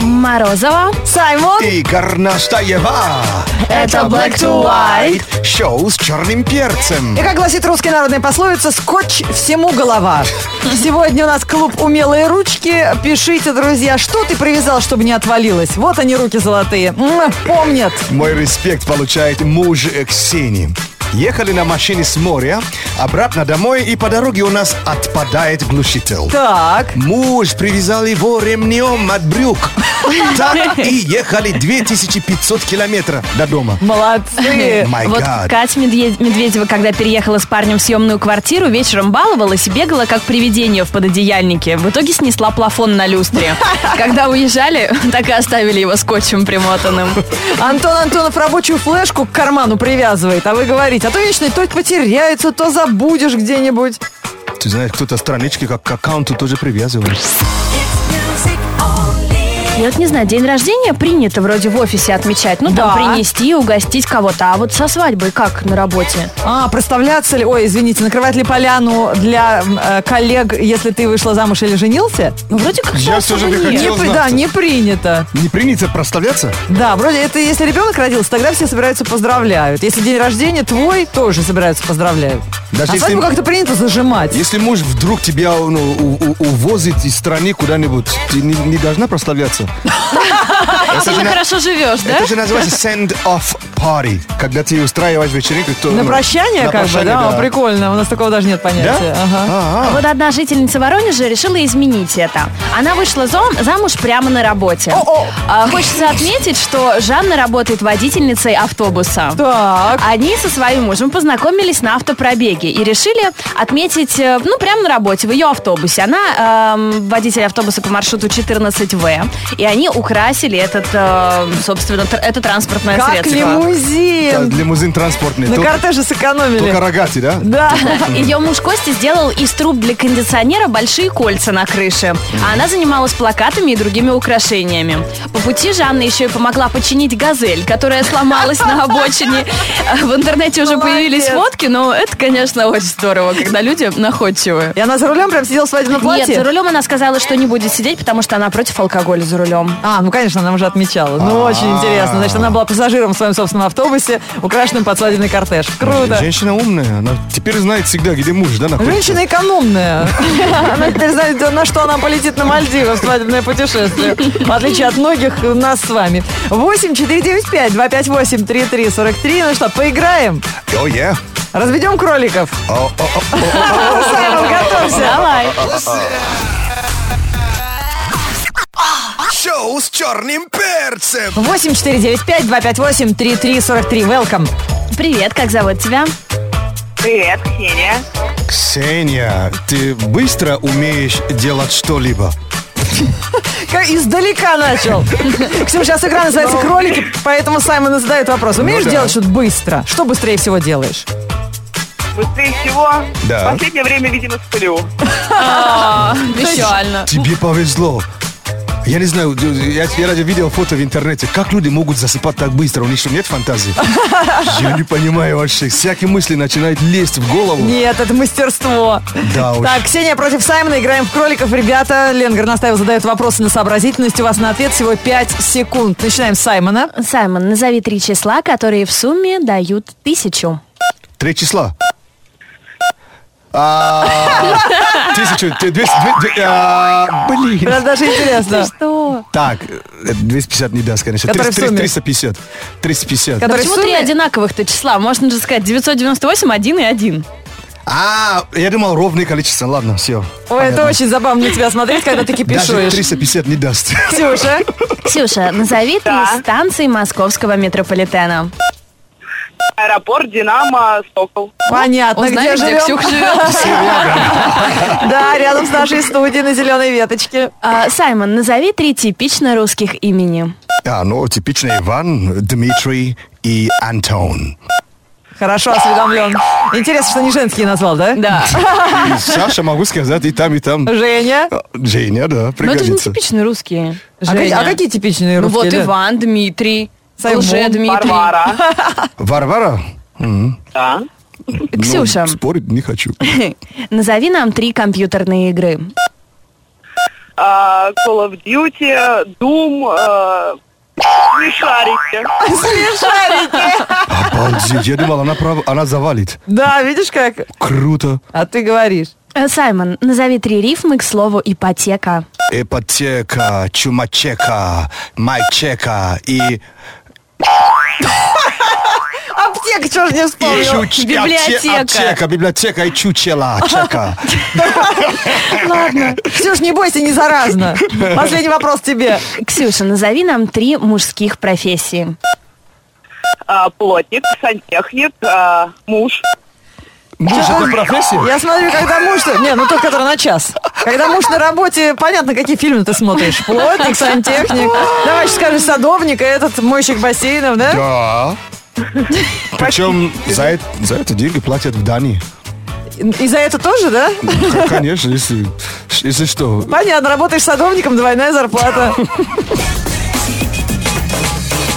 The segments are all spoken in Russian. Морозова. Саймон. И Горнастаева. Это Black to White. Шоу с черным перцем. И как гласит русская народная пословица, скотч всему голова. Сегодня у нас клуб «Умелые ручки». Пишите, друзья, что ты привязал, чтобы не отвалилось. Вот они, руки золотые. М, Помнят. Мой респект получает муж э, Ксении. Ехали на машине с моря, обратно домой, и по дороге у нас отпадает глушитель. Так. Муж привязал его ремнем от брюк. Так и ехали 2500 километров до дома. Молодцы. My вот God. Катя Медве- Медведева, когда переехала с парнем в съемную квартиру, вечером баловалась и бегала, как привидение в пододеяльнике. В итоге снесла плафон на люстре. Когда уезжали, так и оставили его скотчем примотанным. А, Антон Антонов рабочую флешку к карману привязывает, а вы говорите, а то вечно то потеряется, то забудешь где-нибудь. Ты знаешь, кто-то странички как к аккаунту тоже привязывает. music only. Я вот не знаю, день рождения принято вроде в офисе отмечать. Ну, Да. там принести, угостить кого-то. А вот со свадьбой как на работе? А, проставляться ли, ой, извините, накрывать ли поляну для м, э, коллег, если ты вышла замуж или женился? Ну, вроде как Я всё же не Не хотел при- знать. да, не принято. Не принято проставляться? Да, вроде это если ребенок родился, тогда все собираются поздравляют. Если день рождения твой, тоже собираются поздравляют. Даже а если- свадьбу как-то принято зажимать. Если муж вдруг тебя ну, у- у- увозит из страны куда-нибудь, ты не, не должна проставляться. А Ты же хорошо живешь, да? Это же называется send-off party, когда ты устраиваешь вечеринку. то, На ну, прощание, на как бы, прощание, да, О, прикольно. У нас такого даже нет Да? понятия. Ага. А, а. Вот одна жительница Воронежа решила изменить это. Она вышла зам- замуж прямо на работе. О-о. А, хочется отметить, что Жанна работает водительницей автобуса. Так. Они со своим мужем познакомились на автопробеге и решили отметить, э, ну, прямо на работе, в ее автобусе. Она эм, водитель автобуса по маршруту 14В, и они украсили этот, э, собственно, тр- это транспортное Как средство. Да, лимузин. лимузин транспортный. На Тол- кортеже сэкономили. Только рогатый, да? Да. Ее муж Костя сделал из труб для кондиционера большие кольца на крыше. А она занималась плакатами и другими украшениями. По пути Жанна еще и помогла починить газель, которая сломалась на обочине. Э, В интернете уже Молодец. появились фотки, но это, конечно, очень здорово, когда люди находчивые. И она за рулем прям сидела в свадебном Нет, платье? за рулем она сказала, что не будет сидеть, потому что она против алкоголя за рулем. А, ну, конечно, она уже отмечала. Ну, очень интересно. Значит, она была пассажиром в своем собственном автобусе, украшенным под свадебный кортеж. Круто. Женщина умная, она теперь знает всегда, где муж, да, находится. Женщина экономная. Она теперь знает, на что она полетит на Мальдивы в свадебное путешествие. В отличие от многих нас с вами. 8 495 258 3343. Ну что, поиграем? О, е. Разведем кроликов. О, о, о, о, о. Саймон, готовься. Давай. Шоу с черным перцем. 8 495 258 3343. Welcome. Привет, как зовут тебя? Привет, Ксения. Ксения, ты быстро умеешь делать что-либо? Как издалека начал. Ксюша, сейчас игра называется «Кролики», поэтому Саймон и задает вопрос. Умеешь Ну. да. делать что-то быстро? Что быстрее всего делаешь? Быстрее всего. Да. В последнее время, видимо, сплю. Печально. Тебе повезло. Я не знаю, я, я даже видел фото в интернете. Как люди могут засыпать так быстро? У них что, нет фантазии? Я не понимаю вообще. Всякие мысли начинают лезть в голову. Нет, это мастерство. Да уж. Так, Ксения против Саймона. Играем в кроликов, ребята. Лен Горностаева задает вопросы на сообразительность. У вас на ответ всего 5 секунд. Начинаем с Саймона. Саймон, назови три числа, которые в сумме дают тысячу. Три числа. А, Тысячу, т- двести, две- две- а, блин. Это даже интересно. Что? Так, э, 250 не даст, конечно. Который в 300, сумме. 350. 350. Который А в Почему три сумме- одинаковых-то числа? Можно же сказать 998, 1 и 1. А, я думал, ровное количество. Ладно, все. Ой, это очень забавно на тебя смотреть, когда ты Даже кипишуешь. 350 не даст. Ксюша, Ксюша, назови три станции московского метрополитена. Аэропорт, Динамо, Сокол. понятно, А где живем? живет? Да, рядом с нашей студией на зеленой веточке. А, Саймон, назови три типично русских имени. А, ну, типичный Иван, Дмитрий и Антон. Хорошо осведомлен. Интересно, что не женские назвал, да? Да. А, И Саша, могу сказать, и там, и там. Женя. Женя, Ну, да, Но Ну, это же не пригодится. типичные русские. А, какие- Женя. а какие типичные Ну русские? вот да? Иван, Дмитрий, Саймон, Дмитрий. Варвара. Варвара? Да. Ну, Ксюша, Ну. спорить не хочу. назови нам три компьютерные игры. а, Call of Duty, Doom, а, не шарите. Смешарики. Обалдеть. Я думал, она, прав... она завалит. Да, видишь как? Круто. А ты говоришь. Э, Саймон, назови три рифмы к слову ипотека. Ипотека, чумачека, майчека и... Аптека, чего ж не и вспомнил? чуч- библиотека. Аптека, библиотека и чучела. Чека. Ладно. Ксюш, не бойся, не заразно. Последний вопрос тебе. Ксюша, назови нам три мужских профессии. А, плотник, сантехник, а, муж. Муж, это профессия? Я смотрю, когда муж... Не, ну тот, который на час. Когда муж на работе, понятно, какие фильмы ты смотришь. Плотник, сантехник. Давай еще скажешь садовник, а этот мойщик бассейнов, да? Да. Причем за это, за это деньги платят в Дании. И за это тоже, да? К- Конечно, если, если что. Понятно, работаешь садовником, двойная зарплата.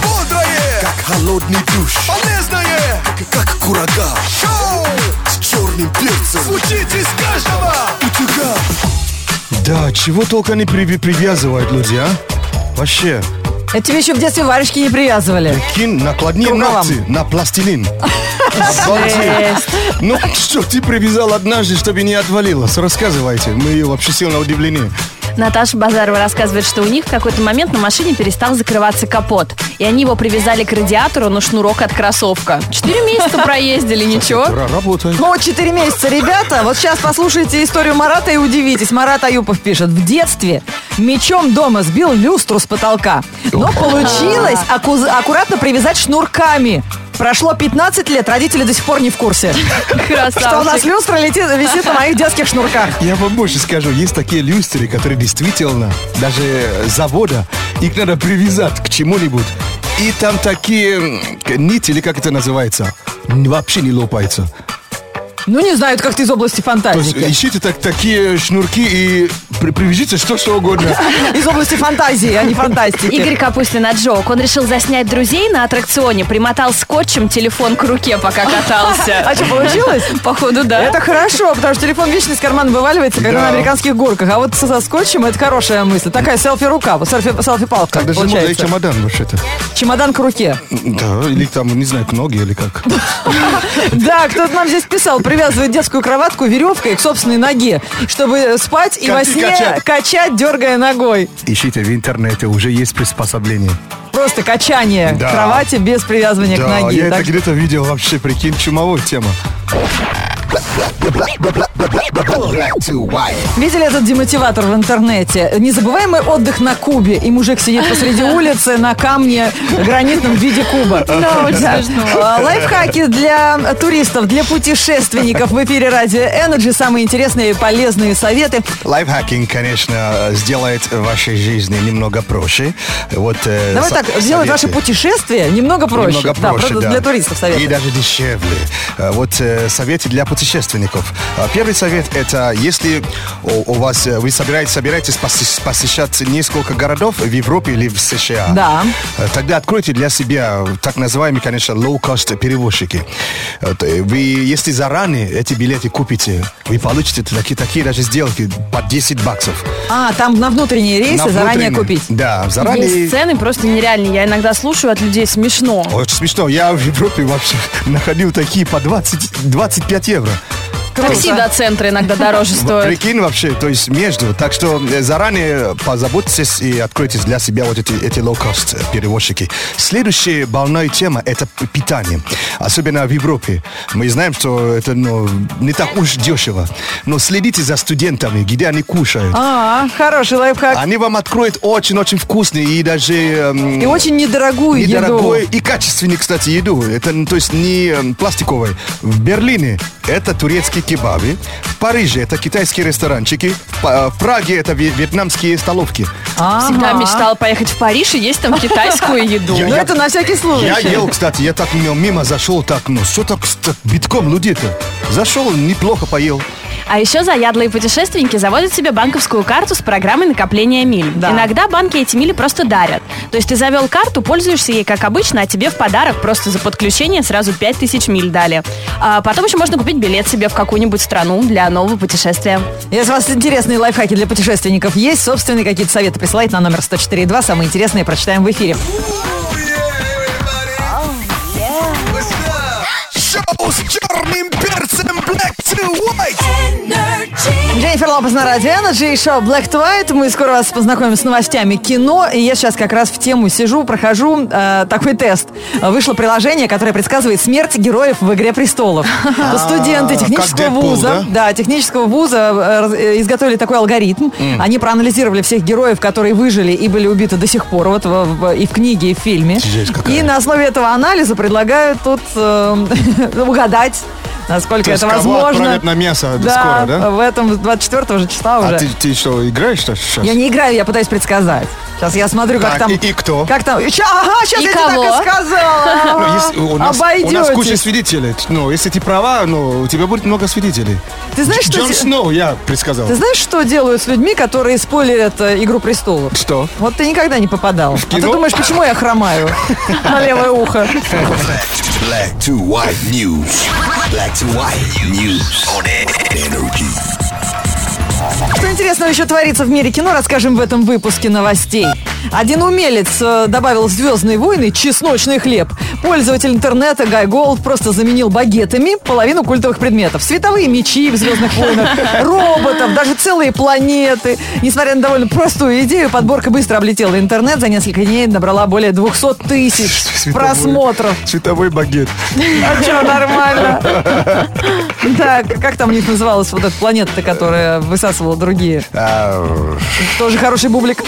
Бодрое, как холодный душ Полезное, как курага Шоу с черным перцем Звучит из каждого утюга Да, чего только не приви- привязывают люди, а? Вообще, Это тебе еще в детстве варежки не привязывали. кинь накладные Кругом. ногти на пластилин. Обалдеть. Ну, что ты привязал однажды, чтобы не отвалилось? Рассказывайте. Мы ее вообще сильно удивлены. Наташа Базарова рассказывает, что у них в какой-то момент на машине перестал закрываться капот. И они его привязали к радиатору на шнурок от кроссовка. Четыре месяца проездили, ничего. Ра- Работай. Ну, вот 4 месяца, ребята. Вот сейчас послушайте историю Марата и удивитесь. Марат Аюпов пишет. В детстве мечом дома сбил люстру с потолка. Но получилось акуз- аккуратно привязать шнурками. Прошло 15 лет, родители до сих пор не в курсе, что у нас Красавчик. люстра летит, висит на моих детских шнурках. Я вам больше скажу, есть такие люстры, которые действительно даже э, завода, их надо привязать к чему-нибудь. И там такие м, нити, или как это называется, н- вообще не лопаются. Ну, не знаю, это как-то из области То есть фантазии. ищите так, такие шнурки и при- привяжите что, что угодно. Из области фантазии, а не фантастики. Игорь Капустин отжег. Он решил заснять друзей на аттракционе, примотал скотчем телефон к руке, пока катался. А что, получилось? Походу, да. Это хорошо, потому что телефон вечно из кармана вываливается, когда Да. на американских горках. А вот со, со скотчем это хорошая мысль. Такая селфи-рука, вот селфи- селфи-палка Даже можно и получается. чемодан вообще-то. Чемодан к руке. Да, или там, не знаю, к ноге или как. Да, кто-то нам здесь писал, привязывает детскую кроватку веревкой к собственной ноге, чтобы спать и Как во ты сне качать. качать. дергая ногой. Ищите в интернете, уже есть приспособление. Просто качание Да. кровати без привязывания к Да, ноге. я это Так что- где-то видел вообще, прикинь, чумовая тема. Видели этот демотиватор в интернете? Незабываемый отдых на Кубе. И мужик сидит посреди улицы на камне гранитном в виде куба. Да. А, Лайфхаки для туристов, для путешественников в эфире Радио Energy. Самые интересные и полезные советы. Лайфхакинг, конечно, э, сделает вашей жизни немного проще. Вот, э, Давай со- так, сделать советы. ваше путешествие немного проще. Немного да, проще, правда, да. для туристов советы. И даже дешевле. Э, Вот э, советы для путешественников. Э, Первый совет – это если у, у вас э, вы собираетесь, собираетесь посе- посещать несколько городов в Европе или в США, Да. э, тогда откройте для себя э, так называемые, конечно, low-cost перевозчики. Э, то есть Вы, если заранее эти билеты купите, вы получите такие, такие даже сделки по 10 баксов. А, там на внутренние рейсы На заранее внутренние. купить. Да, заранее. Есть сцены просто нереальные. Я иногда слушаю от людей смешно. Очень смешно. Я в Европе вообще находил такие по 20, 25 евро. Такси до центра иногда дороже Вот стоит. Прикинь вообще, то есть между. Так что э, заранее позаботьтесь и откройте для себя вот эти, эти лоукост э, перевозчики. Следующая больная тема – это п- питание. Особенно в Европе. Мы знаем, что это ну, не так уж дешево. Но следите за студентами, где они кушают. А, хороший лайфхак. Они вам откроют очень-очень вкусный и даже... эм, И очень недорогую недорогой еду. и качественный, кстати, еду. Это, ну, то есть, не эм, пластиковый. В Берлине это турецкие кебабы, в Париже это китайские ресторанчики, в, Па- в Праге это ве- вьетнамские столовки. Всегда Ага. мечтала поехать в Париж и есть там китайскую еду. Ну, Я- это на всякий случай. Я ел, кстати, я так мимо зашел, так, ну, что так, с- так битком людей-то? Зашел, неплохо поел. А еще заядлые путешественники заводят себе банковскую карту с программой накопления миль. Да. Иногда банки эти мили просто дарят. То есть ты завел карту, пользуешься ей как обычно, а тебе в подарок просто за подключение сразу 5000 миль дали. А потом еще можно купить билет себе в какую-нибудь страну для нового путешествия. Если у вас интересные лайфхаки для путешественников есть, собственные какие-то советы присылайте на номер 104.2. Самые интересные прочитаем в эфире. Шоу с черным перцем Black to White. Energy. Дженнифер Лопес на радио Energy и шоу Black to White. Мы скоро вас познакомим с новостями кино. И я сейчас как раз в тему сижу, прохожу э, такой тест. Вышло приложение, которое предсказывает смерть героев в «Игре престолов». Студенты технического А, Дэдпул, вуза, да, технического вуза э, раз- э, изготовили такой алгоритм. Они проанализировали всех героев, которые выжили и были убиты до сих пор, вот в- в- и в книге, и в фильме. Жесть какая. И на основе этого анализа предлагают тут э, угадать, насколько То есть это кого возможно. отправят на мясо скоро, да? В этом 24 же числа А уже. ты, ты что, играешь что сейчас? Я не играю, я пытаюсь предсказать. Сейчас я смотрю, как Так, там. и- и кто? Как там? Ща- ага, сейчас И я тебе кого? так и сказала. Ну, если- у, нас, у нас Обойдетесь. куча свидетелей. Ну, если ты права, ну, у тебя будет много свидетелей. Ты знаешь, Дж- А что Джон де- Сноу, я предсказал. Ты знаешь, что делают с людьми, которые спойлерят э, «Игру престолов»? Что? Вот ты никогда не попадал. А ты кино? думаешь, почему я хромаю на левое ухо? Black to white news. Black to white news on energy. Что интересного еще творится в мире кино, расскажем в этом выпуске новостей. Один умелец э, добавил в «Звездные войны» чесночный хлеб. Пользователь интернета Гай Голд просто заменил багетами половину культовых предметов. Световые мечи в «Звездных войнах», роботов, даже целые планеты. Несмотря на довольно простую идею, подборка быстро облетела интернет. За несколько дней набрала более 200 тысяч Световой- просмотров. Световой багет. А что, нормально? Да, как там у них называлась вот эта планета, которая высасывала другие? А, Тоже хороший бублик.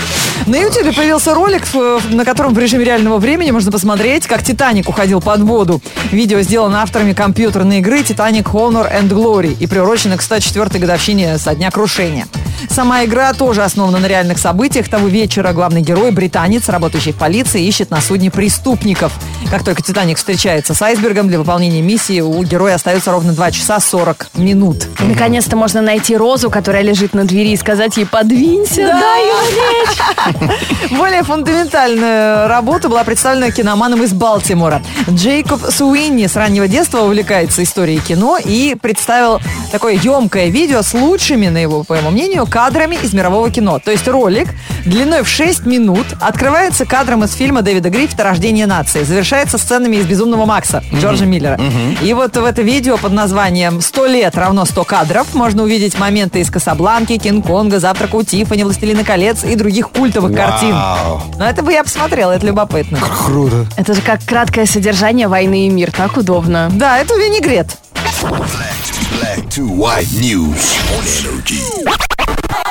На Ютубе появился ролик, в- в- на котором в режиме реального времени можно посмотреть, как Титаник уходил под воду. Видео сделано авторами компьютерной игры Титаник Honor and Glory и приурочено к 104-й годовщине со дня крушения. Сама игра тоже основана на реальных событиях. Того вечера главный герой, британец, работающий в полиции, ищет на судне преступников. Как только Титаник встречается с айсбергом, для выполнения миссии у героя остается ровно 2 часа 40 минут. И, Наконец-то можно найти розу, которая лежит на двери, и сказать ей «подвинься, дай Более фундаментальная работа была представлена киноманом из Балтимора. Джейкоб Суинни с раннего детства увлекается историей кино и представил такое емкое видео с лучшими, на его, по его мнению, кадрами из мирового кино. То есть ролик длиной в 6 минут открывается кадром из фильма Дэвида Гриффита «Рождение нации». Завершается сценами из «Безумного Макса» Джорджа Миллера. И вот в это видео под названием «100 лет равно 100 кадров» можно увидеть моменты из «Касабланки», «Кинг-Конга», «Завтрака у Тиффани», «Властелина колец» и других культовых картин. Вау. Но это бы я посмотрела, это любопытно. Круто. Это же как краткое содержание «Войны и мир», так удобно. Да, это винегрет. Black to white news on energy.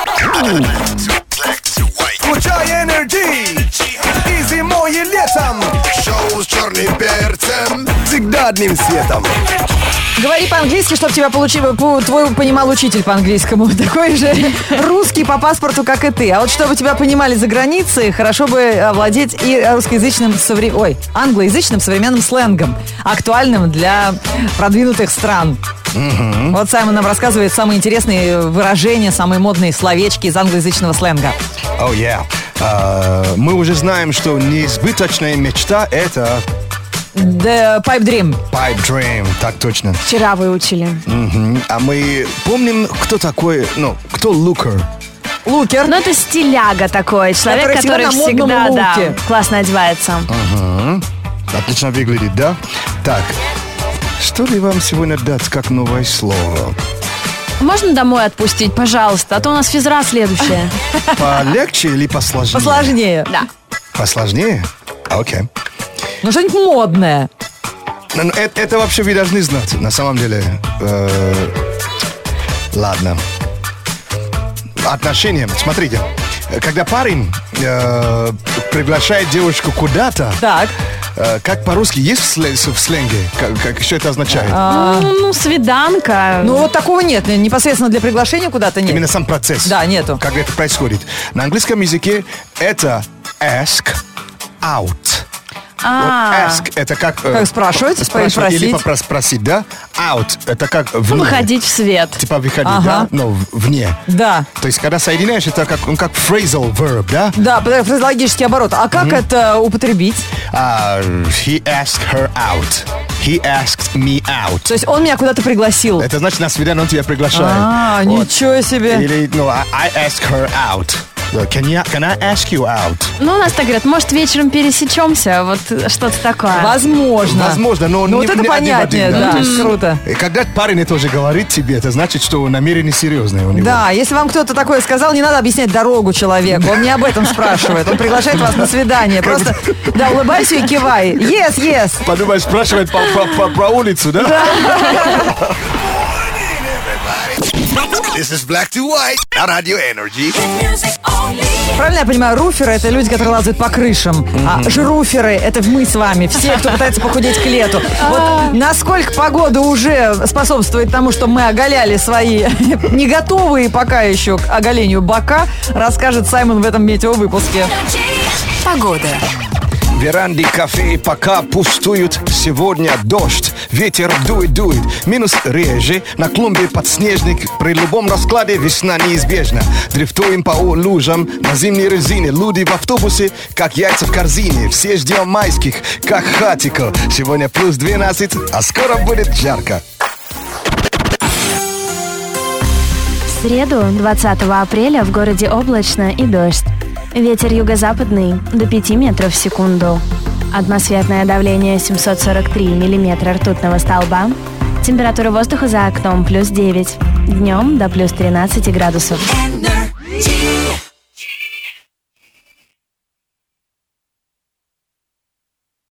Включай энергии и зимой и летом Шоу с черным перцем Всегда одним светом Говори по-английски, чтобы тебя получил, пу- твой понимал учитель по-английскому. Такой же русский по паспорту, как и ты. А вот чтобы тебя понимали за границей, хорошо бы э, владеть и русскоязычным, совре... ой, англоязычным современным сленгом, актуальным для продвинутых стран. Вот Саймон нам рассказывает самые интересные выражения, самые модные словечки из англоязычного сленга. Oh, yeah. А, мы уже знаем, что неизбыточная мечта – это The Pipe Dream. pipe dream. Так точно. Вчера выучили. Мгм. А мы помним, кто такой, ну, кто лукер? Лукер. Ну, это стиляга такой, человек, Который который, всегда на модном всегда, да, луке. классно одевается. Отлично выглядит, да? Так, что ли вам сегодня дать как новое слово? Можно домой отпустить, пожалуйста, а то у нас физра следующая. Полегче или посложнее? Посложнее. Да. Посложнее? А, Окей. Ну, что-нибудь модное. Ну, ну, Это, это вообще вы должны знать, на самом деле. Э, ладно. Отношения. Смотрите, когда парень э, приглашает девушку куда-то, Так. э, как по-русски есть в, сле- в сленге? Как, как- что это означает? А, Ну, ну, свиданка. Ну, вот такого нет. Непосредственно для приглашения куда-то нет. Именно сам процесс. Да, нету. Как это происходит. На английском языке это ask out. А. Вот ask это как... э, Как спрашивать, Или спросить. попро- спросить, да? Out это как вне. Выходить в свет. Типа выходить, Ну, Ага. да? Но в- вне. Да. То есть, когда соединяешь, это как, он как phrasal verb, да? Да, подо- фразеологический оборот. А как это употребить? А, he asked her out. He asked me out. То есть он меня куда-то пригласил. Это значит, на свидание он тебя приглашает. А, Вот. ничего себе. Или, ну, I, I ask her out. Can, you, can I ask you out? Ну, у нас так говорят, может, вечером пересечемся, вот э, что-то такое. Возможно. Возможно, но Ну не- вот это не один в понятнее, один, да. То есть, Круто. э, Когда парень это уже говорит тебе, это значит, что намерение серьезное у него. Да, если вам кто-то такое сказал, не надо объяснять дорогу человеку. Он не об этом спрашивает. Он приглашает вас на свидание. Просто, да, улыбайся и кивай. Yes, yes. Подумай, спрашивает по- по- по- про улицу, да? This is Black to White на Radio Energy. Hit music only. Правильно я понимаю, руферы это люди, которые лазают по крышам. А жируферы это мы с вами, все, кто пытается похудеть к лету. Вот насколько погода уже способствует тому, что мы оголяли свои не готовые пока еще к оголению бока, расскажет Саймон в этом метеовыпуске. Веранды кафе пока пустуют. Сегодня дождь, ветер дует, дует. Минус реже, на клумбе подснежник. При любом раскладе весна неизбежна. Дрифтуем по у- лужам на зимней резине. Люди в автобусе, как яйца в корзине. Все ждем майских, как хатико. Сегодня плюс 12, а скоро будет жарко. В среду, 20 апреля, в городе облачно и дождь. Ветер юго-западный до 5 метров в секунду. Атмосферное давление 743 миллиметра ртутного столба. Температура воздуха за окном плюс 9. Днем до плюс 13 градусов. Energy.